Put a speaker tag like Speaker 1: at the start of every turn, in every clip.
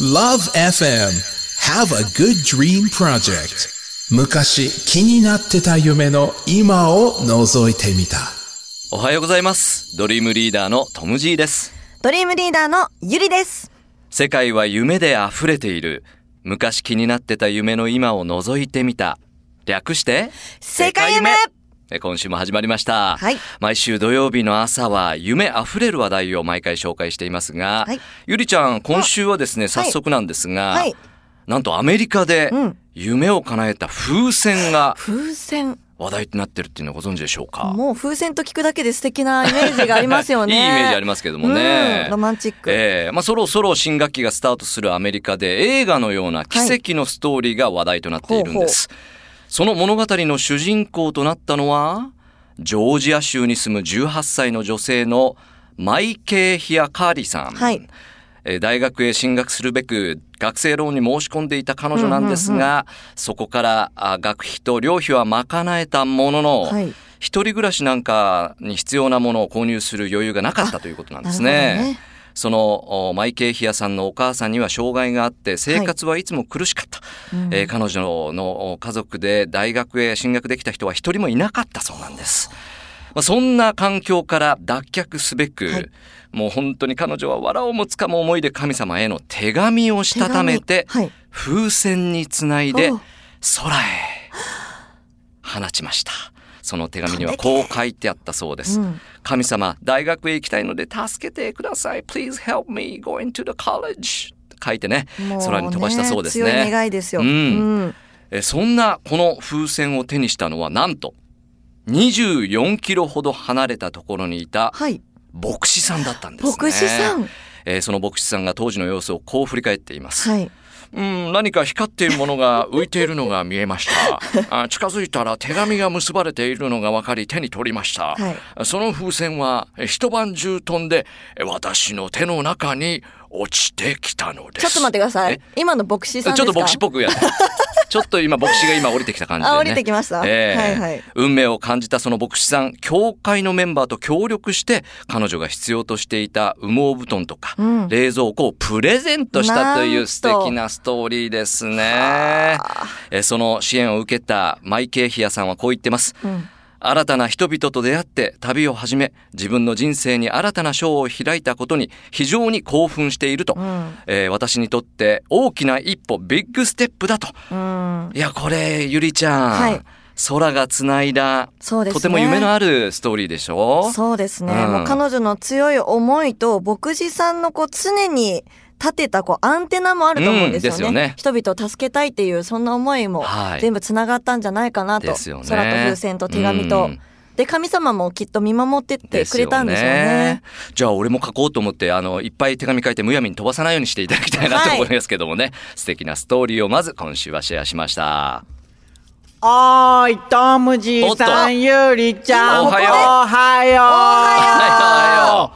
Speaker 1: Love FM Have a Good Dream Project 昔気になってた夢の今を覗いてみた
Speaker 2: おはようございます。ドリームリーダーのトム・ジーです。
Speaker 3: ドリームリーダーのゆりです。
Speaker 2: 世界は夢で溢れている。昔気になってた夢の今を覗いてみた。略して、
Speaker 3: 世界夢
Speaker 2: え今週も始まりました。
Speaker 3: はい
Speaker 2: 毎週土曜日の朝は夢あふれる話題を毎回紹介していますが、
Speaker 3: はい
Speaker 2: ゆりちゃん、今週はですね、早速なんですが、
Speaker 3: はい
Speaker 2: なんとアメリカで
Speaker 3: うん
Speaker 2: 夢を叶えた風船が
Speaker 3: 風船。
Speaker 2: 話題になってるっていうのをご存知でしょうか
Speaker 3: もう風船と聞くだけで素敵なイメージがありますよね。
Speaker 2: いいイメージありますけどもね。
Speaker 3: うんロマンチック
Speaker 2: ええまあそろそろ新学期がスタートするアメリカで映画のような奇跡のストーリーが話題となっているんです。その物語の主人公となったのは、ジョージア州に住む18歳の女性のマイケイ・ヒア・カーリさん。
Speaker 3: はい
Speaker 2: えー大学へ進学するべく学生ローンに申し込んでいた彼女なんですが、そこからあ学費と寮費は賄えたものの、
Speaker 3: はい
Speaker 2: 一人暮らしなんかに必要なものを購入する余裕がなかったということなんですね。
Speaker 3: なるほどね
Speaker 2: そのおマイケイヒアさんのお母さんには障害があって生活はいつも苦しかった、えー彼女のお家族で大学へ進学できた人は一人もいなかったそうなんです。まあ、そんな環境から脱却すべく、
Speaker 3: はい
Speaker 2: もう本当に彼女は藁をもつかも思いで神様への手紙をしたためて、
Speaker 3: 手紙はい
Speaker 2: 風船につないで
Speaker 3: おう
Speaker 2: 空へ放ちました。その手紙にはこう書いてあったそうです。
Speaker 3: うん
Speaker 2: 神様、大学へ行きたいので助けてください。Please help me going to the college. 書いてね、
Speaker 3: もう
Speaker 2: 空に飛ばしたそうですね。
Speaker 3: 強い願いですよ。
Speaker 2: うん
Speaker 3: うん
Speaker 2: えそんなこの風船を手にしたのはなんと24キロほど離れたところにいた
Speaker 3: はい。
Speaker 2: 牧師さんだったんですね。
Speaker 3: 牧師さん。
Speaker 2: えーその牧師さんが当時の様子をこう振り返っています。
Speaker 3: はい。
Speaker 2: うん、何か光っているものが浮いているのが見えま した。あ近づいたら手紙が結ばれているのが分かり手に取りました。
Speaker 3: は
Speaker 2: その風船はえ一晩中飛んでえ私の手の中に落ちてきたのです。
Speaker 3: ちょっと待ってください
Speaker 2: え。
Speaker 3: 今の牧師さんで
Speaker 2: ち
Speaker 3: す
Speaker 2: ょ
Speaker 3: か
Speaker 2: っと牧師っぽくや って。ちょっと今牧師が今降りてきた感じで、ね。
Speaker 3: あ降りてきました
Speaker 2: ええ
Speaker 3: はいはい
Speaker 2: 運命を感じたその牧師さん、教会のメンバーと協力して、彼女が必要としていた羽毛布団とか、
Speaker 3: うん
Speaker 2: 冷蔵庫をプレゼントしたとい
Speaker 3: なん
Speaker 2: う
Speaker 3: と
Speaker 2: 素敵なストーリーですね。えその支援を受けたマイケイヒアさんはこう言ってます。
Speaker 3: うん
Speaker 2: 新たな人々と出会って旅を始め、自分の人生に新たな章を開いたことに非常に興奮していると、
Speaker 3: ん
Speaker 2: えー私にとって大きな一歩、ビッグステップだと。
Speaker 3: うん。
Speaker 2: いや、これ、ゆりちゃん。
Speaker 3: はい
Speaker 2: 空がつないだ、
Speaker 3: そうですね
Speaker 2: とても夢のあるストーリーでしょ
Speaker 3: そうですね。
Speaker 2: うん
Speaker 3: もう彼女の強い思いと、牧師さんのこう常に立てたこうアンテナもあると思うんです
Speaker 2: うんで
Speaker 3: よね。
Speaker 2: すよね
Speaker 3: 人々を助けたいっていう、そんな思いも
Speaker 2: はい
Speaker 3: 全部つながったんじゃないかなと。
Speaker 2: ですよね
Speaker 3: 空と風船と手紙
Speaker 2: う
Speaker 3: と
Speaker 2: ん。
Speaker 3: で、神様もきっと見守ってってくれたんでしょうね。。
Speaker 2: じゃあ、俺も書こうと思って、あの、いっぱい手紙書いて、むやみに飛ばさないようにしていただきたいなと
Speaker 3: はい
Speaker 2: 思いますけどもね。素敵なストーリーをまず今週はシェアしました。
Speaker 4: おーい、トムジーさん、ゆりちゃん、
Speaker 2: おはよう
Speaker 4: おはよう。
Speaker 2: は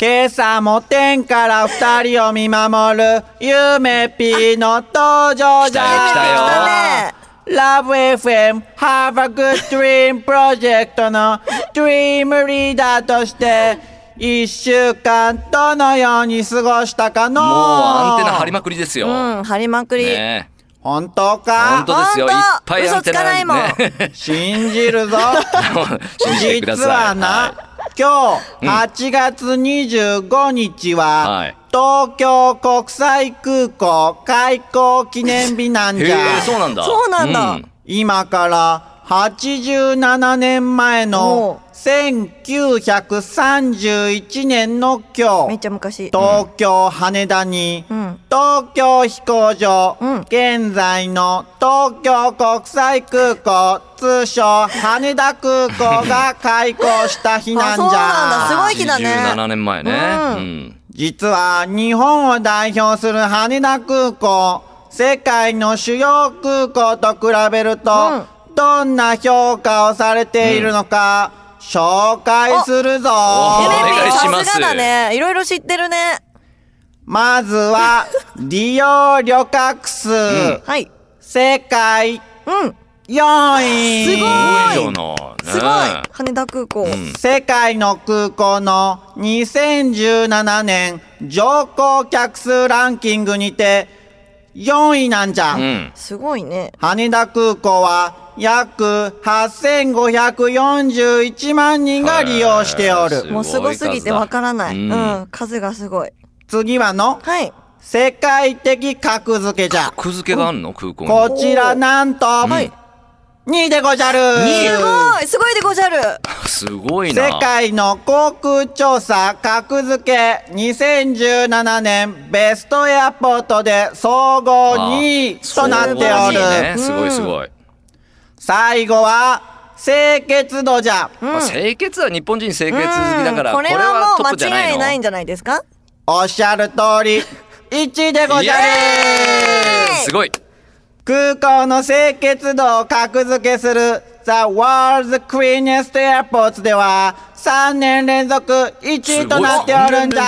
Speaker 4: 今朝も天から二人を見守る、ゆめぴーの登場じ
Speaker 2: 来たよ来たよ
Speaker 4: ゃん。ラブ FM Have a Good Dream Project の Dream リーダーとして、一週間どのように過ごしたかの
Speaker 2: もう、アンテナ張りまくりですよ。
Speaker 3: うん、張りまくり。
Speaker 2: ねえ
Speaker 4: 本当か
Speaker 2: 本当ですよ。いっ
Speaker 3: 本当
Speaker 2: ぱいアンテナある
Speaker 3: 嘘つか
Speaker 2: ね
Speaker 4: 信じるぞ。
Speaker 2: 信じてください。
Speaker 4: 実はな、
Speaker 2: はい
Speaker 4: 今
Speaker 2: うん
Speaker 4: 日8月25日は、
Speaker 2: はい
Speaker 4: 東京国際空港開港記念日なん
Speaker 2: へ
Speaker 4: じゃ
Speaker 2: え、。そうなんだ。
Speaker 3: そうなんだ
Speaker 4: 今から87年前の1931年の今
Speaker 3: めっ
Speaker 4: 日
Speaker 3: ち、ゃ昔。
Speaker 4: 東京羽田に、
Speaker 3: うん
Speaker 4: 東京飛行場、
Speaker 3: うん
Speaker 4: 現在の東京国際空港、通称羽田空港が開港した日な
Speaker 3: あ
Speaker 4: ん
Speaker 3: そうな
Speaker 4: じ
Speaker 3: んだす
Speaker 4: ゃ。
Speaker 3: ごい日だね
Speaker 2: 17年前ね。
Speaker 3: うん
Speaker 2: うん
Speaker 4: 実は日本を代表する羽田空港、世界の主要空港と比べると、どんな評価をされているのか、紹介するぞ。
Speaker 2: お
Speaker 3: ゆめ
Speaker 2: 願
Speaker 3: ぴ
Speaker 2: い
Speaker 3: ー
Speaker 2: します
Speaker 3: さすがだね。いろいろ知ってるね。
Speaker 4: まずは、利用旅客数、
Speaker 3: はい。
Speaker 4: 世界
Speaker 3: うん。
Speaker 4: 4位
Speaker 2: す
Speaker 3: すごい
Speaker 2: ごいじゃない。
Speaker 3: すごい。
Speaker 2: ね
Speaker 3: 羽田空港。
Speaker 4: 世界の空港の2017年乗降客数ランキングにて4位なんじゃ。
Speaker 2: うん。
Speaker 3: すごいね。
Speaker 4: 羽田空港は約8541万人が利用してお
Speaker 2: はい
Speaker 4: る。
Speaker 3: もうすごすぎてわからない。
Speaker 2: うん
Speaker 3: うん。数がすごい。
Speaker 4: 次はの
Speaker 3: はい。
Speaker 4: 世界的格付けじゃ。
Speaker 2: 格付けがあんの空港に。
Speaker 4: こちらなんと、
Speaker 2: い
Speaker 4: 2位でござる
Speaker 3: すごいすごいでござる
Speaker 2: すごいな。
Speaker 4: 世界の航空調査格付け2017年ベストエアポートで総合
Speaker 2: あ
Speaker 4: 2位
Speaker 2: そう
Speaker 4: となってお
Speaker 2: いい
Speaker 4: る。
Speaker 2: ねすごいすごい。
Speaker 4: 最後は清潔度じゃ。
Speaker 2: まあ清潔は日本人清潔好きだから、
Speaker 3: う
Speaker 2: こ
Speaker 3: んこ
Speaker 2: れ
Speaker 3: れは
Speaker 2: はト
Speaker 3: も
Speaker 2: ッ
Speaker 3: う
Speaker 2: プじゃ
Speaker 3: 間
Speaker 2: ない
Speaker 3: 違
Speaker 2: の
Speaker 3: いないんじゃないですか
Speaker 4: おっしゃる通り、1位でご
Speaker 2: イ
Speaker 4: ざ
Speaker 2: エー
Speaker 4: る
Speaker 2: イすごい。
Speaker 4: 空港の清潔度を格付けする The World's Cleanest Airports では3年連続1位となっておるん
Speaker 3: す
Speaker 4: だ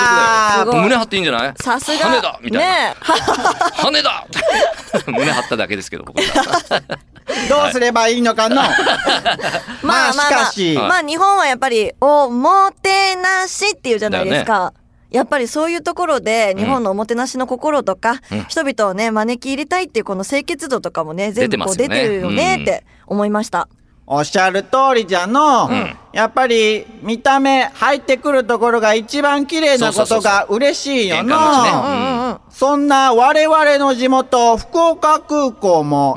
Speaker 3: ご。い
Speaker 2: 胸張っていいんじゃない
Speaker 3: さすが
Speaker 2: 羽だみたいな。
Speaker 3: ね え
Speaker 2: 羽だ 胸張っただけですけど、僕ら。
Speaker 4: どうすればいいのかのま
Speaker 3: ま
Speaker 4: あ
Speaker 3: あ
Speaker 4: し
Speaker 3: まあ
Speaker 4: かし、
Speaker 3: まあ、まあ日本はやっぱり、おもてなしっていうじゃないですか。やっぱりそういうところで日本のおもてなしの心とか、人々をね、招き入れたいっていうこの清潔度とかもね、全部こう
Speaker 2: 出て
Speaker 3: 出
Speaker 2: ますよね
Speaker 3: てるよねって思いました。
Speaker 4: おっしゃる通りじゃの、やっぱり見た目入ってくるところが一番綺麗
Speaker 2: そ
Speaker 4: なこ
Speaker 2: うそうそ
Speaker 4: と
Speaker 2: うそう
Speaker 4: が嬉しいよ
Speaker 2: 玄関口ね
Speaker 4: の。
Speaker 2: うん
Speaker 3: うんうん。
Speaker 4: そんな我々の地元福岡空港も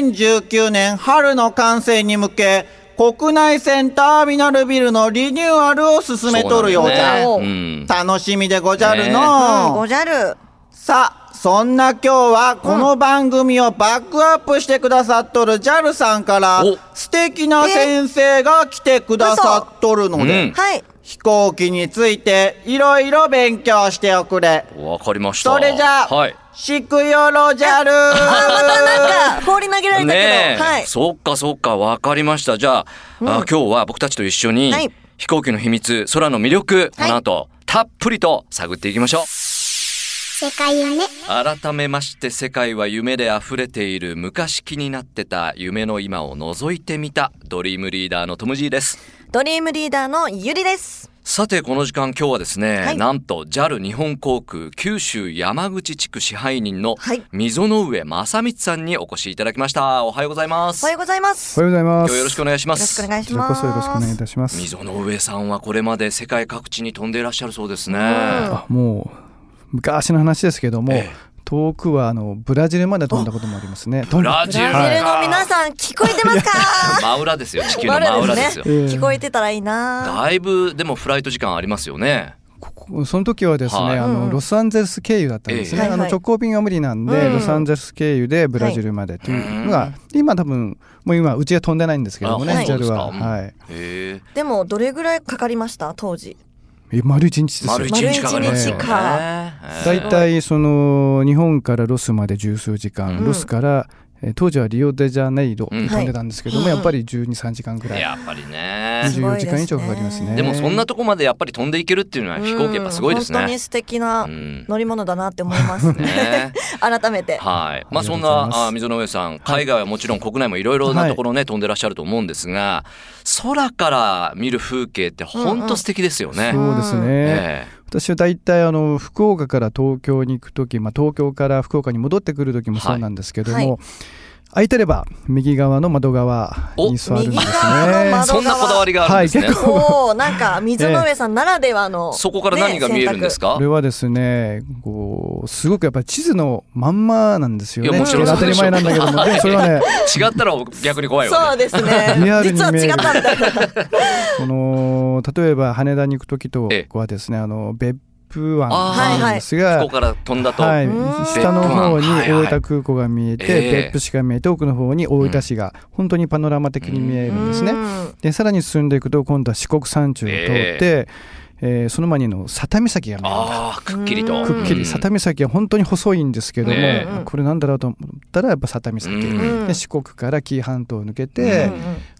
Speaker 4: 2019年春の完成に向け国内線ターミナルビルのリニューアルを進めとるようじゃ。
Speaker 2: そうなのね
Speaker 4: 楽しみでござる
Speaker 3: うん、
Speaker 4: の。
Speaker 3: ごじゃる。
Speaker 4: さあ、そんな今日はこの番組をバックアップしてくださっとる JAL さんから
Speaker 2: お
Speaker 4: 素敵な先生が来てくださっとるの
Speaker 2: え
Speaker 4: で、
Speaker 2: うん
Speaker 3: はい。
Speaker 4: 飛行機についていろいろ勉強しておくれ。
Speaker 2: うん。わかりました。
Speaker 4: それじゃあ、
Speaker 2: はい。
Speaker 4: しくよろ
Speaker 3: あ、
Speaker 4: JAL!
Speaker 3: またなんか放り投げられたけど、
Speaker 2: ねえ、
Speaker 3: はい。
Speaker 2: そっかそっか、わかりました。じゃあ,、あ今日は僕たちと一緒に、
Speaker 3: はい
Speaker 2: 飛行機の秘密、空の魅力、
Speaker 3: は
Speaker 2: こ
Speaker 3: い
Speaker 2: の後、たっぷりと探っていきましょう。
Speaker 5: 世界夢
Speaker 2: 改めまして世界は夢で溢れている昔気になってた夢の今を覗いてみたドリームリーダーのトム・ジーです。
Speaker 3: ドリームリーダーのゆりです。
Speaker 2: さてこの時間今日はですね、
Speaker 3: はい
Speaker 2: なんと JAL 日本航空九州山口地区支配人の
Speaker 3: はい
Speaker 2: 溝の上正光さんにお越しいただきました。おはようございます。
Speaker 3: おはようございま
Speaker 6: お
Speaker 3: す。
Speaker 6: は
Speaker 3: よ
Speaker 6: ようございま
Speaker 2: 今
Speaker 6: す。
Speaker 2: 日よろしくお
Speaker 6: こ
Speaker 2: 願いしま
Speaker 3: ろし
Speaker 2: す
Speaker 3: くお。願いし
Speaker 6: ちら
Speaker 3: ます。
Speaker 6: こそよろしくお願いいたします。
Speaker 2: 溝の上さんはこれまで世界各地に飛んでいらっしゃるそうですね。
Speaker 6: あ、もう昔の話ですけども、
Speaker 2: ええ
Speaker 6: 遠くはあのブラジルまで飛んだこともありますね。ブ
Speaker 2: ブラジ
Speaker 3: ブ
Speaker 2: ル
Speaker 3: ラジルの皆
Speaker 2: か。
Speaker 3: さん聞こえてますか
Speaker 2: 真裏ですよ。地球 の真裏ですよ。
Speaker 6: ええ
Speaker 3: 聞こえてたらいいな
Speaker 2: だいぶでもフライト時間ありますよね。
Speaker 6: その時はですね、
Speaker 2: はい
Speaker 6: あ
Speaker 3: うんうん
Speaker 6: のロサンゼルス経由だったんですね。
Speaker 3: ええはいはい
Speaker 6: あの直行便は無理なんで、
Speaker 3: うん
Speaker 6: ロサンゼルス経由でブラジルまでというのが、
Speaker 2: は
Speaker 6: 今多分もう今うちは飛んでないんですけどもね、
Speaker 2: あはい
Speaker 6: JAL
Speaker 2: そう
Speaker 6: は、
Speaker 2: ですか
Speaker 6: はい。
Speaker 2: へえ。
Speaker 3: でもどれぐらいかかりました当時。
Speaker 6: え丸一日ですよ
Speaker 2: 丸。一日かかりますよね
Speaker 3: 丸一日か。
Speaker 2: え
Speaker 6: 大体その日本からロスまで十数時間、
Speaker 3: うん
Speaker 6: ロスからえー当時はリオデジャネイロ
Speaker 2: うん
Speaker 6: 飛んでたんですけども、
Speaker 3: はい
Speaker 6: やっぱり1213時間ぐ
Speaker 2: え
Speaker 6: らい
Speaker 2: やっぱりね。
Speaker 6: 24時間以上かかりますね
Speaker 2: でもそんなとこまでやっぱり飛んでいけるっていうのは飛行機やっぱすごいです
Speaker 3: うん本当
Speaker 2: ね
Speaker 3: に。素敵な
Speaker 2: うん
Speaker 3: 乗り物だなって思います
Speaker 2: ね
Speaker 3: ね。 改めて。
Speaker 2: はい。まあ
Speaker 6: ありがとうございます
Speaker 2: そんなあ溝の上さん、海外はもちろん国内もいろいろなところね、飛んでらっしゃると思うんですが、空から見る風景って本当素敵ですよね。
Speaker 6: そうですね、
Speaker 2: え
Speaker 6: 私は大体あの福岡から東京に行く時、まあ、東京から福岡に戻ってくる時もそうなんですけども、
Speaker 3: はいはい
Speaker 6: 空いてれば右側の窓側に座るんですね
Speaker 3: お右側の
Speaker 2: え
Speaker 3: 窓
Speaker 2: そんなこだわりがあるんですね。
Speaker 6: はい結
Speaker 3: おお、なんか水の上さんならではの、
Speaker 2: そこから何が見えるんです
Speaker 3: か。
Speaker 2: か、
Speaker 6: これはですねこうすごくやっぱり地図のまんまなんですよ
Speaker 2: いや
Speaker 6: ね
Speaker 2: もちろん
Speaker 6: それが当たり前なんだけどもでもそれはね
Speaker 2: 違ったら逆に怖い
Speaker 3: そ
Speaker 2: わ
Speaker 3: う
Speaker 2: ね。
Speaker 3: ですね。
Speaker 6: リアルに
Speaker 3: 実は
Speaker 6: 見える
Speaker 3: 違ったみたいな。
Speaker 6: この例えば羽田に行く時と
Speaker 2: ええ
Speaker 6: ここはですねあの別府湾
Speaker 2: あ
Speaker 3: ー
Speaker 6: なんですが、
Speaker 2: ここから飛んだと。
Speaker 6: はい
Speaker 3: うん、
Speaker 6: 下の方に
Speaker 2: 別府湾はい
Speaker 6: 大分空港が見えて、
Speaker 2: ええ
Speaker 6: 別府市が見えて奥の方に大分市が本当にパノラマ的に見えるんですね。
Speaker 3: うん
Speaker 6: でさらに進んでいくと今度は四国山中を通って、
Speaker 2: え
Speaker 6: えーその前にあの佐田岬が見えるんです。
Speaker 2: ああ、くっきりと。
Speaker 6: くっきり佐田岬は本当に細いんですけども、
Speaker 2: ねえ
Speaker 6: これなんだろうと思ったらやっぱ佐田岬、
Speaker 2: うん
Speaker 6: で四国から紀伊半島を抜けて、
Speaker 2: う
Speaker 3: うん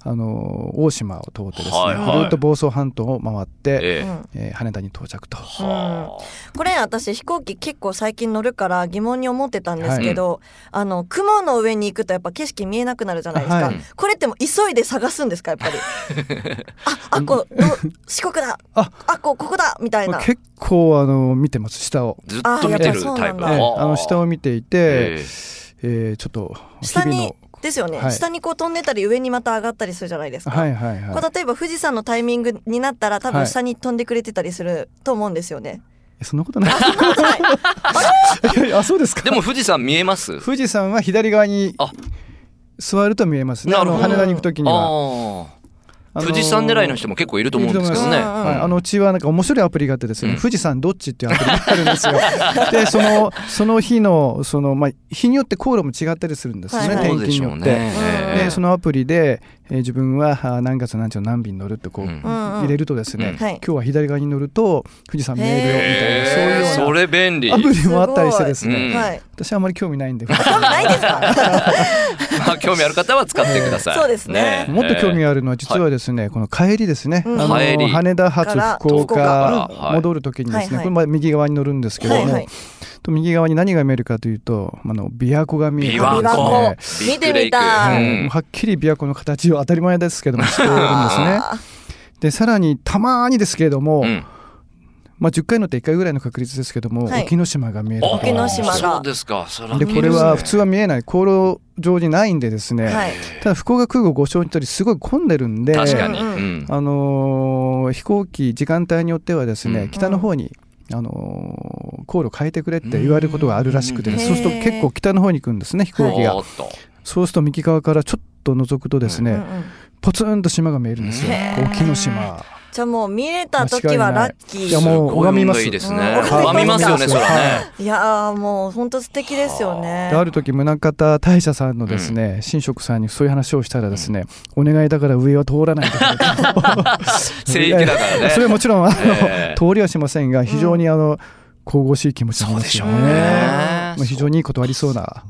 Speaker 6: あの大島を通ってですね、
Speaker 2: はいはい
Speaker 6: ぐるっと房総半島を回って、
Speaker 2: ええ
Speaker 3: うん
Speaker 6: えー羽田に到着と。
Speaker 2: は
Speaker 3: これ私飛行機結構最近乗るから疑問に思ってたんですけど、あの雲の上に行くとやっぱ景色見えなくなるじゃないですか、
Speaker 6: はい
Speaker 3: これってもう急いで探すんですかやっぱ りああこうど四国だあ
Speaker 6: あ
Speaker 3: こうここだみたいな
Speaker 6: 結構あの見てます下を。
Speaker 2: あずっと見てるタイプ
Speaker 3: あ
Speaker 6: え
Speaker 3: ー
Speaker 6: えあの下を
Speaker 2: 見
Speaker 6: 見てい
Speaker 2: え
Speaker 6: て、
Speaker 2: え
Speaker 6: えーちょっと日
Speaker 3: 下
Speaker 6: 々
Speaker 3: に
Speaker 6: の
Speaker 3: ですよね、
Speaker 6: はい
Speaker 3: 下にこう飛んでたり上にまた上がったりするじゃないですか、
Speaker 6: はいはいはい
Speaker 3: これ例えば富士山のタイミングになったら多分
Speaker 6: はい
Speaker 3: 下に飛んでくれてたりすると思うんですよね。
Speaker 6: えそんなことない
Speaker 3: はい、
Speaker 6: いやいやあそうですか
Speaker 2: でも富士山見えます
Speaker 6: 富士山は左側に
Speaker 2: あ
Speaker 6: 座ると見えますね
Speaker 2: な
Speaker 6: あ
Speaker 2: る
Speaker 6: の
Speaker 2: ほど
Speaker 6: 羽田に行く時には、
Speaker 2: あ
Speaker 6: あ
Speaker 2: あ
Speaker 6: のー
Speaker 2: 富士山狙いの人も結構いると思うんですけどね。
Speaker 6: いると
Speaker 3: 思います
Speaker 6: はい、あのうちはなんか面白いアプリがあってです
Speaker 2: う
Speaker 6: ね、
Speaker 2: ん
Speaker 6: 富士山どっちっていうアプリがあるん ですよでそのその日のその、まあ、日によって航路も違ったりするんですよね、
Speaker 3: はいはい
Speaker 2: そうで
Speaker 6: 天気
Speaker 2: し
Speaker 6: に
Speaker 2: ょう
Speaker 6: よっ
Speaker 2: ね
Speaker 6: て、
Speaker 3: ええ
Speaker 6: でそのアプリで、えー自分はあー何月何日の何便に乗るってこう、
Speaker 2: うん
Speaker 6: 入れるとですね、
Speaker 2: うん
Speaker 3: はい
Speaker 6: 今日は左側に乗ると富士山見えるよみたいな、
Speaker 2: ええ
Speaker 6: そう
Speaker 2: そ
Speaker 6: いうよ
Speaker 2: れ便利
Speaker 6: うなア。プリもあったりしてです
Speaker 2: すご
Speaker 6: ね
Speaker 2: いうん
Speaker 3: はい。
Speaker 6: 私はあまり興味ないんで
Speaker 3: ないです か。
Speaker 2: まあ興味ある方は使ってください。
Speaker 3: そうですね
Speaker 6: もっと興味
Speaker 2: あ
Speaker 6: があるのは実はですね、この帰りですね、
Speaker 3: うん
Speaker 6: あの
Speaker 2: 帰り
Speaker 6: 羽田発
Speaker 2: か
Speaker 6: 福
Speaker 2: ら福
Speaker 6: 岡
Speaker 2: 岡
Speaker 6: 戻るときにですね、
Speaker 3: はいはい
Speaker 6: これまあ右側に乗るんですけども、
Speaker 3: はいはい
Speaker 6: と右側に何が見えるかというとあの琵琶湖が見えるんです
Speaker 2: 琵琶湖
Speaker 6: ね。
Speaker 2: る
Speaker 3: 見てみ
Speaker 6: は
Speaker 3: た
Speaker 2: う
Speaker 6: い
Speaker 2: ん
Speaker 6: もうはっきり琵琶湖の形を当たり前ですけどもしているんですね。でさらにたまにですけれども、
Speaker 2: うん。
Speaker 6: まあ、10回乗って1回ぐらいの確率ですけども、
Speaker 3: はい
Speaker 6: 沖ノ島が見える
Speaker 2: あ
Speaker 6: ことになりまし
Speaker 3: 沖ノ島が
Speaker 6: た
Speaker 2: そうですか。そは
Speaker 6: でこれは普通は見えない航路上にないんでですね、
Speaker 3: はい。
Speaker 6: ただ福岡空港ご承知の通りすごい混んでるんで
Speaker 2: 確かに。
Speaker 3: う
Speaker 2: うんん。
Speaker 6: あのー飛行機時間帯によってはですね、
Speaker 2: うん
Speaker 6: 北の方に、あのー航路変えてくれって言われることがあるらしくて、
Speaker 2: うん
Speaker 6: そうすると結構北の方に行くんですね飛行機が、
Speaker 2: おーっと。
Speaker 6: そうすると右側からちょっと覗くとですね、
Speaker 3: うんうん
Speaker 6: ポツンと島が見えるんですよ
Speaker 3: へー
Speaker 6: 沖の島
Speaker 3: じゃあもう見れた時はラッキー。
Speaker 6: いやもう
Speaker 2: すごい運
Speaker 6: 拝みます
Speaker 2: がいいですね。
Speaker 3: うん
Speaker 2: 拝みますよね、そらね。
Speaker 3: いやーもう本当素敵ですよね。
Speaker 6: である時宗像大社さんのですね、神職さんにそういう話をしたらですね、お願いだから上は通らないでくれと
Speaker 2: 聖域だからね。
Speaker 6: それはもちろんあの、
Speaker 2: ええ
Speaker 6: 通りはしませんが非常にあの神々しい気持ちになりますよね
Speaker 2: そうでしょうね
Speaker 6: まあ、非常にいいことありそうな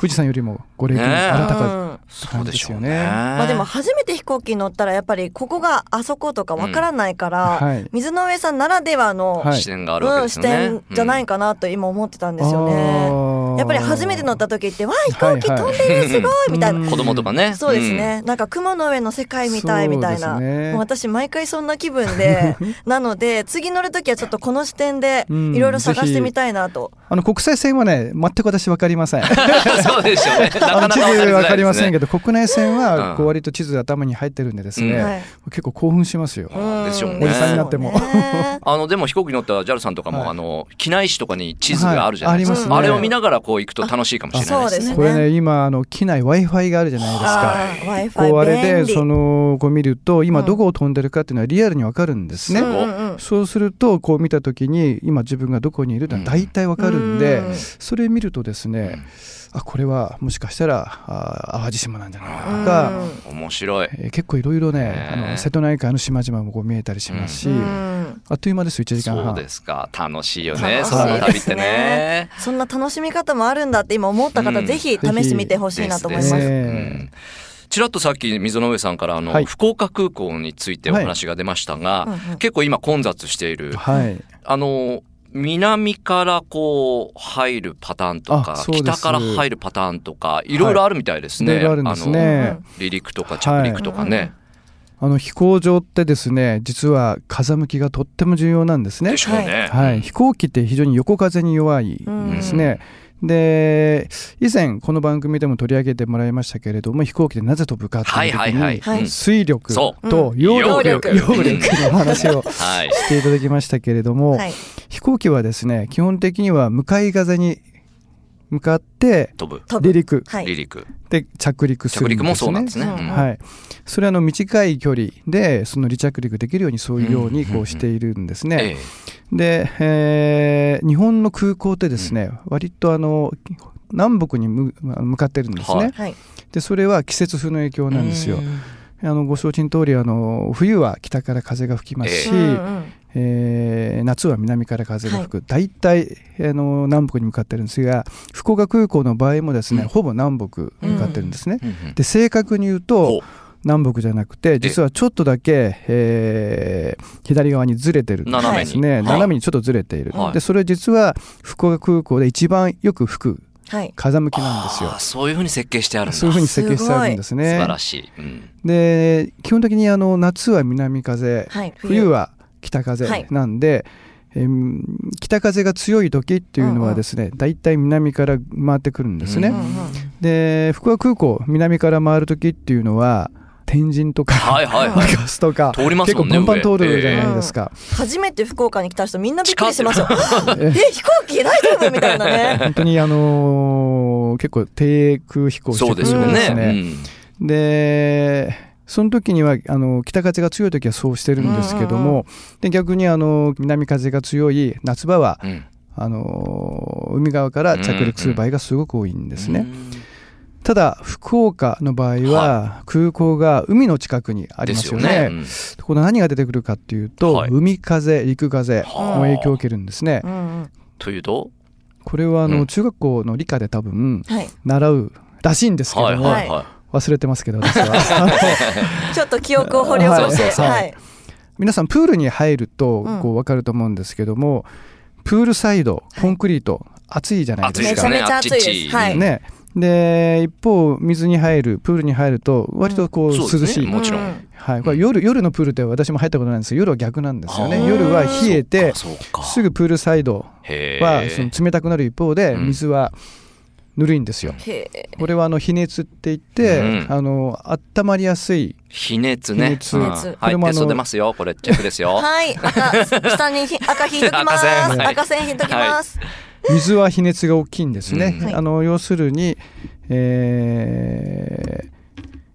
Speaker 6: 富士山よりもご霊感
Speaker 2: ねえ
Speaker 6: が新た
Speaker 3: う
Speaker 6: か
Speaker 3: ん
Speaker 6: な
Speaker 2: そう
Speaker 6: 感じ
Speaker 2: で
Speaker 6: で
Speaker 2: し
Speaker 6: す
Speaker 2: ょう
Speaker 6: よ
Speaker 2: ね。
Speaker 6: ね。
Speaker 3: まあでも初めて飛行機に乗ったらやっぱりここがあそことかわからないから、
Speaker 6: うんはい
Speaker 3: 水の上さんならではの、
Speaker 6: はい
Speaker 2: 視点があるわけ
Speaker 3: うん
Speaker 2: で
Speaker 3: 視
Speaker 2: すよね。
Speaker 3: 点じゃない
Speaker 2: か。
Speaker 3: かなと今思ってたんですよね。
Speaker 6: や
Speaker 3: やっぱり初めて乗った時ってわあ飛行機飛んでる、
Speaker 2: はいはい
Speaker 3: すごいみたいな
Speaker 6: うん
Speaker 2: 子供とかね。
Speaker 3: そうですね、なんか雲の上の世界みたいみたいな、
Speaker 6: そうですね
Speaker 3: もう私毎回そんな気分 でなので次乗る時はちょっとこの視点で
Speaker 6: うん
Speaker 3: いろいろ探してみたいなと、
Speaker 6: あの国際線はね全く私分かりま せん
Speaker 2: うん。そうでしょうね。な
Speaker 6: あ
Speaker 2: かな
Speaker 6: の
Speaker 2: か
Speaker 6: 地
Speaker 2: わかりづらいですね
Speaker 6: 図分かりませんけど国内線
Speaker 2: う
Speaker 6: は
Speaker 2: ん
Speaker 6: こう割と地図で頭に入ってるんでですね、
Speaker 2: うん
Speaker 3: はい
Speaker 6: 結構興奮しますよ、
Speaker 2: んでしょうね
Speaker 6: おじさんになっても
Speaker 3: そうね
Speaker 2: あのでも飛行機乗ったら JAL さんとかも、
Speaker 6: はい
Speaker 2: あの機内誌とかに地図があるじゃないですか、
Speaker 6: はいあります
Speaker 2: あ
Speaker 6: ね
Speaker 2: れを見ながらこう行くと楽しいかもしれないですね。
Speaker 3: あ
Speaker 6: これね今あの機内 w i f i があるじゃないですか
Speaker 3: あー Wi-Fi
Speaker 6: こうあれ
Speaker 3: 便利
Speaker 6: でそのこう見ると今どこを飛んでるかっていうのはリアルに分かるんですね、
Speaker 2: うん
Speaker 6: そうするとこう見た時に今自分がどこにいるのは大体わかるんで、
Speaker 3: うん
Speaker 6: それ見るとですね、あこれはもしかしたらあ淡路島なんじゃないかとか、
Speaker 2: 面白い。
Speaker 6: えー結構いろいろね、
Speaker 2: ね
Speaker 6: あの瀬戸内海の島々もこう見えたりしますし、
Speaker 3: うん
Speaker 6: あっという間ですよ1時間
Speaker 2: そう
Speaker 6: 半
Speaker 2: ですか楽しいよね
Speaker 3: 楽し
Speaker 2: その
Speaker 3: いで
Speaker 2: 旅っ
Speaker 3: す
Speaker 2: てね。
Speaker 3: そんな楽しみ方もあるんだって今思った方、
Speaker 2: うん
Speaker 3: ぜひ試してみてほしいなと思います。
Speaker 6: ですね
Speaker 2: うんちらっとさっき溝上さんからあの、
Speaker 6: はい
Speaker 2: 福岡空港についてお話が出ましたが、
Speaker 3: はいうんうん
Speaker 2: 結構今混雑している、
Speaker 6: はい
Speaker 2: あの南からこう入るパターンと
Speaker 6: あ
Speaker 2: か
Speaker 6: そうで
Speaker 2: 北
Speaker 6: す
Speaker 2: から入るパターンとかいろいろあるみたいです
Speaker 6: いろ
Speaker 2: ね。
Speaker 6: いろあるんですね、
Speaker 3: あの
Speaker 2: 離陸とか着陸とかね。
Speaker 6: あの飛行場ってですね実は風向きがとっても重要なんですね
Speaker 2: でしょうね。
Speaker 6: はい、飛行機って非常に横風に弱いんですね。で以前この番組でも取り上げてもらいましたけれども飛行機でなぜ飛ぶかっていう時に、
Speaker 2: はいはいはいうん
Speaker 6: 水力
Speaker 2: そう
Speaker 6: と
Speaker 2: うん
Speaker 6: 揚力,、
Speaker 2: 揚力
Speaker 6: 揚力の話を
Speaker 2: はい。
Speaker 6: していただきましたけれ ども、
Speaker 3: はい
Speaker 6: 飛行機はですね基本的には向かい風に向かって
Speaker 2: 飛ぶ。
Speaker 3: 飛ぶ
Speaker 6: 離陸
Speaker 3: は
Speaker 2: 離
Speaker 3: い。
Speaker 2: 陸。
Speaker 6: で着陸する
Speaker 2: 着
Speaker 6: んです、ね、
Speaker 2: 陸もそうなんですね。
Speaker 3: うん
Speaker 2: うん
Speaker 6: はい、それはあの短い距離でその離着陸できるようにそういうようにこうしているんですね。
Speaker 2: ええ
Speaker 6: で、えー日本の空港ってですね、割とあの南北に向向かってるんですね、
Speaker 2: はい
Speaker 3: はい。
Speaker 6: でそれは季節風の影響なんですよ
Speaker 2: うん
Speaker 6: あのご承知の通りあの冬は北から風が吹きますし、
Speaker 2: え
Speaker 6: え
Speaker 3: うん
Speaker 6: ー夏は南から風が吹く、大体あの南北に向かってるんですが福岡空港の場合もですね、
Speaker 2: うん
Speaker 6: ほぼ南北向かってるんですね、
Speaker 2: うんうん
Speaker 6: で正確に言うと
Speaker 2: ほ
Speaker 6: 南北じゃなくて実はちょっとだけ、えー左側にずれてるん
Speaker 2: 斜め
Speaker 6: で
Speaker 2: に
Speaker 6: すね
Speaker 2: はい
Speaker 6: 斜めにちょっとずれている、
Speaker 2: はい
Speaker 6: でそれ実は福岡空港で一番よく吹く
Speaker 3: はい。
Speaker 6: 風向きなんです
Speaker 2: あ
Speaker 6: よ
Speaker 2: ーそういうふうに設計してあるんだ
Speaker 6: そういうふうに設計してあるんです
Speaker 2: 素
Speaker 6: ね
Speaker 2: 晴らしい、うん
Speaker 6: で基本的にあの夏は南風、
Speaker 3: はい
Speaker 6: 冬は北風
Speaker 3: はい
Speaker 6: なんで、えーうん北風が強い時っていうのはですね、だいたい南から回ってくるんですね、
Speaker 2: うん
Speaker 6: で福岡空港南から回る時っていうのは天神とか、
Speaker 2: はいはいはい
Speaker 6: 中洲とか
Speaker 2: 通りますもんね
Speaker 6: 結構パン
Speaker 2: 上
Speaker 6: 通るじゃないですか、
Speaker 3: 初めて福岡に来た人みんなびっくりしてま すよ。え、飛行機大丈夫みたいなね。
Speaker 6: 本当にあのー結構低空飛行して
Speaker 2: そ
Speaker 6: く
Speaker 2: う
Speaker 6: る
Speaker 2: で
Speaker 6: んですす
Speaker 2: よ
Speaker 6: ね
Speaker 2: ね、
Speaker 6: でその時にはあの北風が強い時はそうしてるんですけども、
Speaker 3: うんう
Speaker 6: で逆にあの南風が強い夏場は
Speaker 2: うんうん
Speaker 6: あの海側から着陸する場合がすごく多いんですね、ただ福岡の場合は空港が海の近くにあ
Speaker 2: で
Speaker 6: りますす
Speaker 2: よ
Speaker 6: よ
Speaker 2: ね
Speaker 6: ね。この何が出てくるかっていうと、
Speaker 2: はい
Speaker 6: 海風陸風の影響を受けるんですね、
Speaker 3: うんうん
Speaker 2: というと
Speaker 6: これはあ
Speaker 2: う
Speaker 6: の
Speaker 2: ん
Speaker 6: 中学校の理科で多分
Speaker 3: はい。
Speaker 6: 習うらしいんですけども、
Speaker 2: はいはいはい
Speaker 6: 忘れてますけど私は
Speaker 3: ちょっと記憶を掘り起こして。
Speaker 6: はい
Speaker 3: はい。
Speaker 6: 皆さんプールに入ると
Speaker 3: うん
Speaker 6: こう分かると思うんですけども、プールサイドコンクリート、暑いじゃない
Speaker 2: 暑
Speaker 6: で
Speaker 2: い
Speaker 6: す
Speaker 2: で
Speaker 6: か
Speaker 2: すよね
Speaker 3: めちゃめちゃ暑いです
Speaker 2: あっちっち
Speaker 3: はい
Speaker 6: ね。で一方水に入るプールに入ると割とこう
Speaker 2: そう
Speaker 6: 涼
Speaker 2: ですね
Speaker 6: しい、
Speaker 2: もちろん、
Speaker 3: うん
Speaker 6: はい、これ夜夜のプールって私も入ったことないんですけど夜は逆なんですよ
Speaker 2: あ
Speaker 6: ね
Speaker 2: ー
Speaker 6: 夜は冷えて
Speaker 2: そうか
Speaker 6: すぐプールサイド
Speaker 2: へ
Speaker 6: はその冷たくなる一方で
Speaker 2: うん
Speaker 6: 水はぬるいんですよ、
Speaker 3: へえ
Speaker 6: これはあの比熱って言って、
Speaker 2: うん
Speaker 6: あの温まりやすい
Speaker 2: ひねつね
Speaker 6: ひねつ
Speaker 2: うん
Speaker 3: ひねつ
Speaker 6: こ
Speaker 2: は
Speaker 6: れ
Speaker 2: い
Speaker 6: もあ
Speaker 2: テ
Speaker 6: の
Speaker 2: スト出ますよこれチェックですよ
Speaker 3: はい。赤、下にひ赤引いときます。
Speaker 2: 赤線はい
Speaker 3: 赤線引いときます。
Speaker 6: 水は比熱が大きいんですね、
Speaker 2: うん
Speaker 3: はい
Speaker 6: あの要するに、え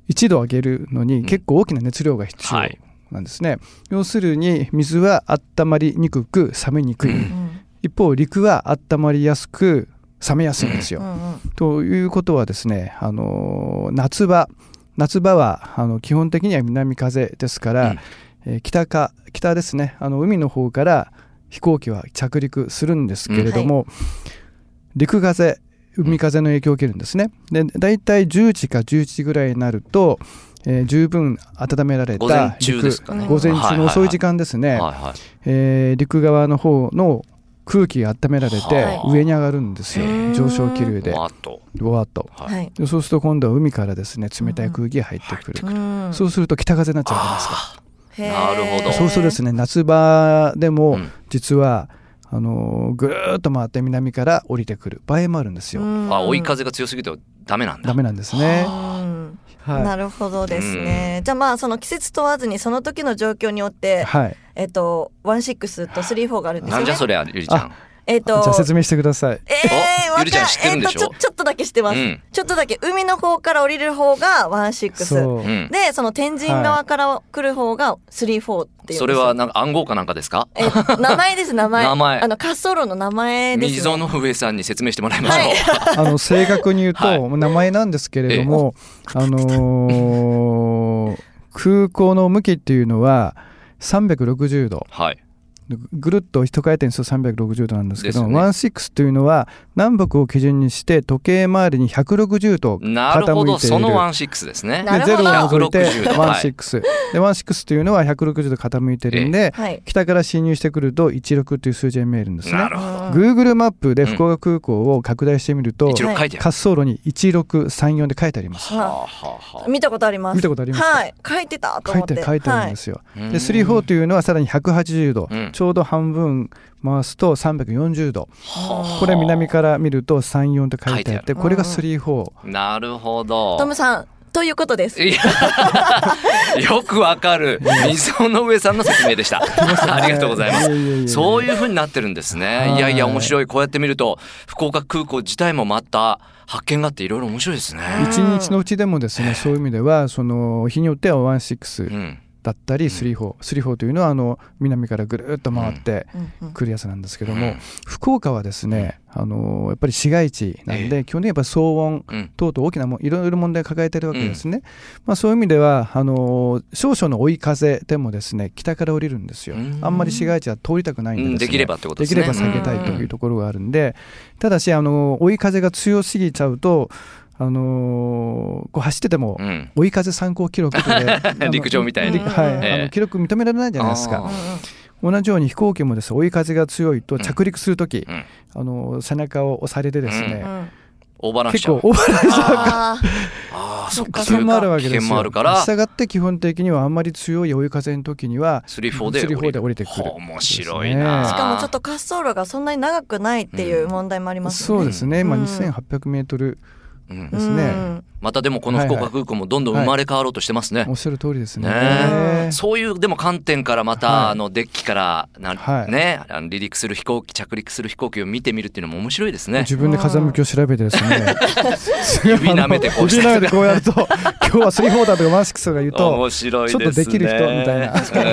Speaker 6: 1度上げるのに結構大きな熱量が必要
Speaker 2: はい
Speaker 6: なんですね、要するに水は温まりにくく冷めにくい、
Speaker 3: うん
Speaker 6: 一方陸は温まりやすく冷めやすいんですよ、
Speaker 3: うんうん
Speaker 6: ということはですね、あの夏場夏場はあの基本的には南風ですから、えー北か北ですねあの海の方から飛行機は着陸するんですけれども、陸風海風の影響を受けるんですね。で大体10時か11時ぐらいになると、えー十分温められた陸
Speaker 2: 午前中ですかね
Speaker 6: 午前中の遅い時間ですね、
Speaker 2: はいは
Speaker 6: えー陸側の方の空気が温められて
Speaker 2: はあ
Speaker 6: 上に上がるんですよ、
Speaker 3: へえ
Speaker 6: 上昇気流
Speaker 2: い
Speaker 6: で
Speaker 2: わーっと
Speaker 6: わーっと。
Speaker 2: は
Speaker 3: はい。
Speaker 6: でそうすると今度は海からですね冷たい空気が入ってくる、
Speaker 3: うん
Speaker 6: そうすると北風になっちゃうじゃないですか、
Speaker 3: へえ
Speaker 2: なるほど
Speaker 6: そうするとですね夏場で
Speaker 2: う
Speaker 6: も
Speaker 2: ん
Speaker 6: 実は、あのーぐるーっと回って南から降りてくる場合もあるんですよ、
Speaker 3: うん
Speaker 2: あ追い風が強すぎてダメなんだ
Speaker 6: ダメなんですね、
Speaker 3: うん
Speaker 6: は
Speaker 3: なるほどですね。じゃあまあその季節問わずにその時の状況によっ
Speaker 6: い、
Speaker 3: て、
Speaker 6: はい、
Speaker 3: えっと、16と34があるんです
Speaker 2: な
Speaker 3: よね。
Speaker 2: んじゃそれゆりちゃん
Speaker 3: えっ
Speaker 6: じゃ
Speaker 3: と
Speaker 6: あ、説明してください
Speaker 3: ええー、
Speaker 2: お
Speaker 3: わ
Speaker 2: ゆりちゃん知ってるんでしょ
Speaker 3: えっとちょちょっとだけ知ってます、
Speaker 2: うん
Speaker 3: ちょっとだけ海の方から降りる方が16
Speaker 6: そう、
Speaker 2: うん
Speaker 3: でその天神側から来る方が34っていう
Speaker 2: それはなんか暗号かなんかですか
Speaker 3: え名前です名前
Speaker 2: 名前
Speaker 3: あの滑走路の名前です、ね、
Speaker 2: 溝の上さんに説明してもらいましょう、
Speaker 6: あの正確に言うと、
Speaker 2: はい
Speaker 6: 名前なんですけれども、あの ー空港の向きっていうのは360度
Speaker 2: はい。
Speaker 6: ぐるっと一回転すると360度なんですけど、
Speaker 2: ですね
Speaker 6: ワンシックスというのは南北を基準にして時計回りに160度
Speaker 2: なるほ
Speaker 6: 傾
Speaker 2: ど、
Speaker 6: いてい
Speaker 2: そのワ
Speaker 6: る。
Speaker 2: ンシックスですね。
Speaker 3: なる
Speaker 6: で
Speaker 3: ほど
Speaker 6: ゼロを除い
Speaker 2: 160
Speaker 6: て
Speaker 2: 度
Speaker 6: ワンシックスでワンシックスというのは160度傾いてるんで、
Speaker 3: はい
Speaker 6: 北から侵入してくると16という数字が見えるんですね
Speaker 2: な。るほど。
Speaker 6: Google マップで福岡空港を拡大してみると、
Speaker 2: 一
Speaker 6: 滑
Speaker 2: 応書いてある。
Speaker 6: 走路に1634で書いてあります。
Speaker 2: は
Speaker 3: は
Speaker 2: あはあはい
Speaker 3: 見たことあります
Speaker 6: 見たことありますか
Speaker 3: はい書いてたと
Speaker 6: 書
Speaker 3: 思
Speaker 6: い
Speaker 3: って、
Speaker 6: てる書いてあるんですすよ。
Speaker 2: あ
Speaker 6: で34というのはさらに180度、
Speaker 2: うん
Speaker 6: ちょうど半分回すと340度
Speaker 2: はあ
Speaker 6: これ南から見ると34と書いてあ
Speaker 2: 書い
Speaker 6: っててこれが34
Speaker 2: なるほ
Speaker 3: はい、ト
Speaker 2: ど
Speaker 3: ム。さんということです
Speaker 2: いやよくわかる溝の上さんの説明で した。ありがとうございま
Speaker 6: いえいえいえい
Speaker 2: す。
Speaker 6: え
Speaker 2: そういうふうになってるんですね。いやいや
Speaker 6: はい
Speaker 2: 面白い。こうやって見ると福岡空港自体もまた発見があっていろいろ面白いですね。
Speaker 6: 一日のうちでもですねそういう意味ではその日によっては
Speaker 2: う
Speaker 6: 16
Speaker 2: ん。
Speaker 6: だったり3434というのはあの南からぐるっと回って
Speaker 3: うんうん
Speaker 6: くるやつなんですけど
Speaker 2: う
Speaker 6: も
Speaker 2: ん
Speaker 6: 福岡はですねあのやっぱり市街地なんで基本的にやっぱ騒音
Speaker 2: うん。
Speaker 6: 等々大きなもいろいろ問題を抱えているわけですね、まあ、そういう意味ではあの少々の追い風でもですね北から降りるんですよ
Speaker 2: うん
Speaker 6: あんまり市街地は通りたくないんで
Speaker 2: うん
Speaker 6: ですね
Speaker 2: できればってことで
Speaker 6: ですき
Speaker 2: ね。
Speaker 6: れば避けたいというところがあるんでただしあの追い風が強すぎちゃうとああのーこう走ってても、
Speaker 2: うん
Speaker 6: 追い風参考記録で あの
Speaker 2: 陸上みたいに
Speaker 6: りはい
Speaker 2: ええ
Speaker 6: あの記録認められないじゃないです
Speaker 2: あ
Speaker 6: か同じように飛行機もです追い風が強いと着陸するとき、
Speaker 2: うん
Speaker 6: あの背中を押されてですね、
Speaker 3: うん
Speaker 2: オーバーランし
Speaker 6: 結
Speaker 2: ちゃ
Speaker 6: 構
Speaker 2: う
Speaker 6: オーバーランしちゃ
Speaker 3: あー
Speaker 6: う
Speaker 2: ああそっか
Speaker 6: 危険もあるわけ
Speaker 2: 危
Speaker 6: です
Speaker 2: 険もあ
Speaker 6: よ
Speaker 2: るから
Speaker 6: したがって基本的にはあんまり強い追い風の時には
Speaker 2: 3-4で
Speaker 6: スリーフォーで降りてくる
Speaker 2: 面白いな
Speaker 3: しかもちょっと滑走路がそんなに長くないっていう問題もありますよ
Speaker 6: そ
Speaker 3: ね。
Speaker 6: うですね、まあ、
Speaker 3: うん
Speaker 6: 2800メートル
Speaker 2: うん
Speaker 6: ですね、
Speaker 3: うん
Speaker 2: またでもこの福岡空港もどんどん生まれ変わろうとしてますね
Speaker 6: おっしゃる通りですね
Speaker 2: ね
Speaker 6: ね
Speaker 2: え、そういうでも観点からまた、
Speaker 6: はい
Speaker 2: あのデッキからな、
Speaker 6: はい
Speaker 2: ねあの離陸する飛行機着陸する飛行機を見てみるっていうのも面白いですね。
Speaker 6: 自分で風向きを調べてですね
Speaker 2: 指舐めてこうして
Speaker 6: 指舐めてこうやると今日はスリーフォーだとかマスクスが言うと
Speaker 2: 面白いですね。
Speaker 6: ちょっとできる人みたいな確
Speaker 2: な。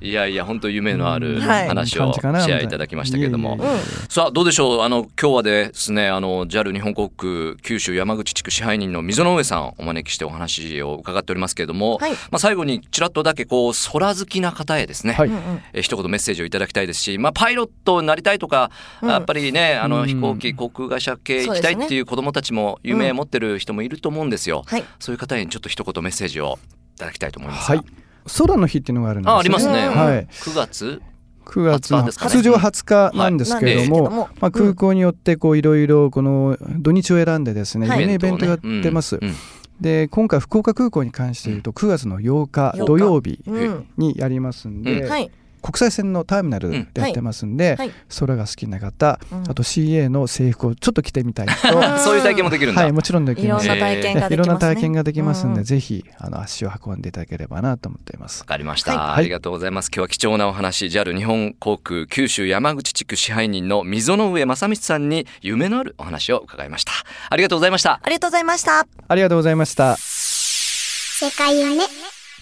Speaker 2: いやいや本当夢のある
Speaker 3: うんはい
Speaker 2: 話
Speaker 6: 感
Speaker 2: を
Speaker 6: じ
Speaker 2: シ
Speaker 6: かな
Speaker 2: ェアいただきましたけれども
Speaker 6: いえいえいえいえ、
Speaker 2: さあどうでしょうあの今日はですねあの JAL 日本航空九州山口地区支配人の溝上さんをお招きしてお話を伺っておりますけれども、
Speaker 3: はい
Speaker 2: まあ最後にちらっとだけこう空好きな方へですね。
Speaker 6: はい
Speaker 2: えー一言メッセージをいただきたいですし、まあ、パイロットになりたいとか、
Speaker 3: うん
Speaker 2: やっぱりねあ
Speaker 6: う
Speaker 2: の
Speaker 6: ん
Speaker 2: 飛行機航空会社系行
Speaker 3: そう
Speaker 2: き
Speaker 3: で
Speaker 2: たい
Speaker 3: すね
Speaker 2: っていう子どもたちも夢持ってる人もいると思うんですよ。
Speaker 3: はい。
Speaker 2: そういう方にちょっと一言メッセージをいただきたいと思います
Speaker 6: は
Speaker 2: が。
Speaker 6: い空の日っていうのがあるんです、ね、
Speaker 2: あありますね。
Speaker 6: はい、
Speaker 2: 9月。
Speaker 6: 9月の
Speaker 2: 20ですかね
Speaker 6: 通常は20日なんですけれども、
Speaker 3: はいなんですけども
Speaker 6: まあ、空港によってこういろいろこの土日を選んでですね、
Speaker 3: はい
Speaker 6: いろんなイベントや
Speaker 2: を
Speaker 6: っ
Speaker 2: ね
Speaker 6: てます、
Speaker 2: うんうん
Speaker 6: で今回福岡空港に関して言うと9月の8日
Speaker 3: 8日
Speaker 6: 土曜日
Speaker 3: うん。
Speaker 6: にやりますんで、
Speaker 2: うん
Speaker 3: はい。
Speaker 6: 国際線のターミナルでやってますんで、
Speaker 3: うんはいはい
Speaker 6: 空が好きな方、
Speaker 3: うん
Speaker 6: あと CA の制服をちょっと着てみたい人
Speaker 3: ん
Speaker 2: そういう体験もできるんだ。
Speaker 6: はいもちろんでき
Speaker 3: いろ
Speaker 6: ま
Speaker 3: ん
Speaker 6: す
Speaker 3: な体験ができますね。
Speaker 6: いろんな体験ができますんで、
Speaker 3: うん
Speaker 6: ぜひあの足を運んでいただければなと思っています
Speaker 2: わ。かりました、
Speaker 6: はい
Speaker 2: ありがとうございます。今日は貴重なお話、JAL 日本航空九州山口地区支配人の溝上正光さんに夢のあるお話を伺いました。ありがとうございました。
Speaker 3: ありがとうございました。
Speaker 6: ありがとうございました。
Speaker 5: 世界夢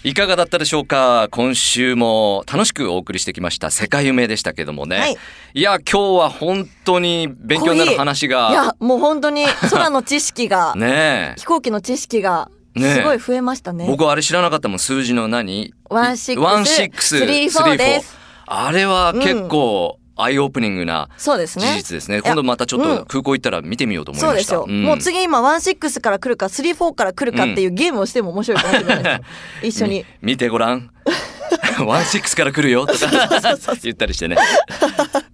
Speaker 2: いかがだったでしょうか今週も楽しくお送りしてきました世界夢でしたけどもね。
Speaker 3: はいい、
Speaker 2: や、今日は本当に勉強になる話
Speaker 3: い
Speaker 2: が、
Speaker 3: や、もう本当に空の知識が、
Speaker 2: ねえ
Speaker 3: 飛行機の知識が、
Speaker 2: ね
Speaker 3: すごい増えましたね。
Speaker 2: 僕はあれ知らなかったもん、数字の何
Speaker 3: ワンシックス
Speaker 2: ワンシックス
Speaker 3: スリーフォー
Speaker 2: スリーフォー
Speaker 3: です
Speaker 2: あれは結構、アイオープニングな
Speaker 3: そうです
Speaker 2: 事
Speaker 3: ね。
Speaker 2: 実ですね。今度またちょっと空港行ったら見てみようと思い
Speaker 3: そう
Speaker 2: ま
Speaker 3: で
Speaker 2: し
Speaker 3: す
Speaker 2: た。
Speaker 3: よ。
Speaker 2: ん
Speaker 3: もう次今、ワンシックスから来るか、スリーフォーから来るかっていうゲームをしても面白いかもしれないです。一緒に。
Speaker 2: み見てごら ん。ワンシックスから来るよとか言ったりしてね。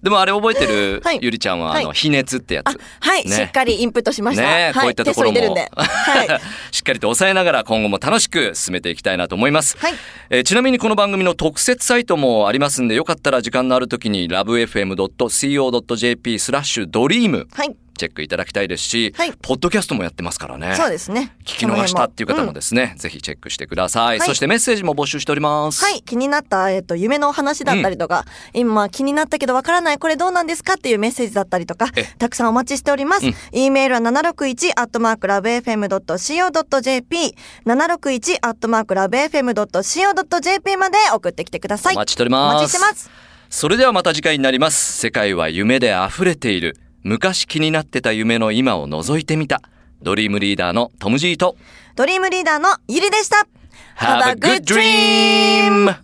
Speaker 2: でもあれ覚えてる、
Speaker 3: はい
Speaker 2: ゆりちゃんは、あの、
Speaker 3: はい
Speaker 2: 非熱ってやつ。
Speaker 3: はい、
Speaker 2: ね
Speaker 3: しっかりインプットしました。
Speaker 2: ねえ
Speaker 3: は
Speaker 2: こういったと
Speaker 3: テス
Speaker 2: こ
Speaker 3: ト
Speaker 2: ろ
Speaker 3: に
Speaker 2: も
Speaker 3: 出るんで。 はい。
Speaker 2: しっかりと抑えながら今後も楽しく進めていきたいなと思います。
Speaker 3: はい
Speaker 2: えーちなみにこの番組の特設サイトもありますんで、よかったら時間のある時に lovefm.co.jp スラッシュドリーム
Speaker 3: はい。
Speaker 2: チェックいただきたいですし、
Speaker 3: はい
Speaker 2: ポッドキャストもやってますからね。
Speaker 3: そうですね。
Speaker 2: 聞き逃したっていう方も
Speaker 3: で
Speaker 2: ですね、ぜひチェックしてください。
Speaker 3: はい
Speaker 2: そしてメッセージも募集しております。
Speaker 3: はい。気になった、えっ、と、夢のお話だったりとか、今気になったけどわからない、これどうなんですかっていうメッセージだったりとか
Speaker 2: え、
Speaker 3: たくさんお待ちしております。e メールは 761-lovefm.co.jp、761-lovefm.co.jp まで送ってきてください。
Speaker 2: お待ちしております
Speaker 3: お待ちしてます。
Speaker 2: それではまた次回になります。世界は夢で溢れている。昔気になってた夢の今を覗いてみた。ドリームリーダーのトム・ジーと。
Speaker 3: ドリームリーダーのゆりでした。
Speaker 2: Have a good dream!